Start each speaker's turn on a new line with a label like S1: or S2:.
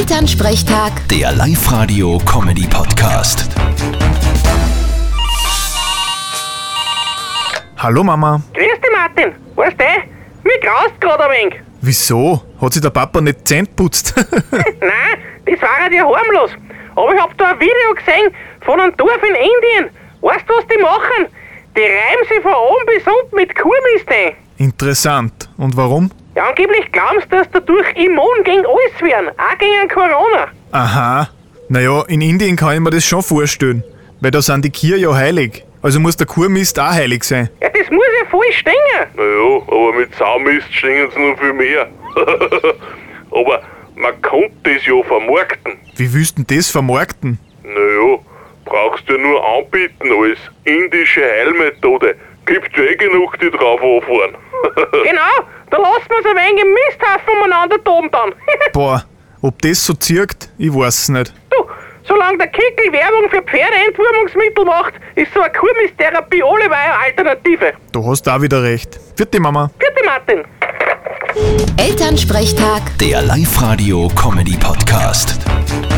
S1: Elternsprechtag,
S2: Der Live-Radio-Comedy-Podcast.
S3: Hallo Mama.
S4: Grüß dich, Martin. Weißt du, mir graust gerade ein wenig.
S3: Wieso? Hat sich der Papa nicht Zähne putzt?
S4: Nein, das war ja harmlos. Aber ich hab da ein Video gesehen von einem Dorf in Indien. Weißt du, was die machen? Die reiben sich von oben bis unten mit Kuhmist ein.
S3: Interessant. Und warum?
S4: Ja, angeblich glauben sie, dass sie dadurch immun gegen alles werden, auch gegen Corona.
S3: Aha. Naja, in Indien kann ich mir das schon vorstellen. Weil da sind die Kühe ja heilig. Also muss der Kurmist auch heilig sein.
S4: Ja, das muss ja voll stehen.
S5: Naja, aber mit Saumist stehen sie noch viel mehr. aber man kann das ja vermarkten.
S3: Wie willst denn das vermarkten?
S5: Naja, brauchst du nur anbieten als indische Heilmethode. Gibt eh genug, die drauf anfahren.
S4: Genau, da lassen wir uns ein wenig im Misthaufen umeinander toben dann.
S3: Boah, ob das so zirkt, ich weiß nicht.
S4: du, solange der Kickel Werbung für Pferdeentwurmungsmittel macht, ist so eine Kurmistherapie alleweil eine Alternative.
S3: Du hast da wieder recht. Vierte Mama.
S4: Bitte, Martin.
S1: Elternsprechtag.
S2: Der Live-Radio-Comedy-Podcast.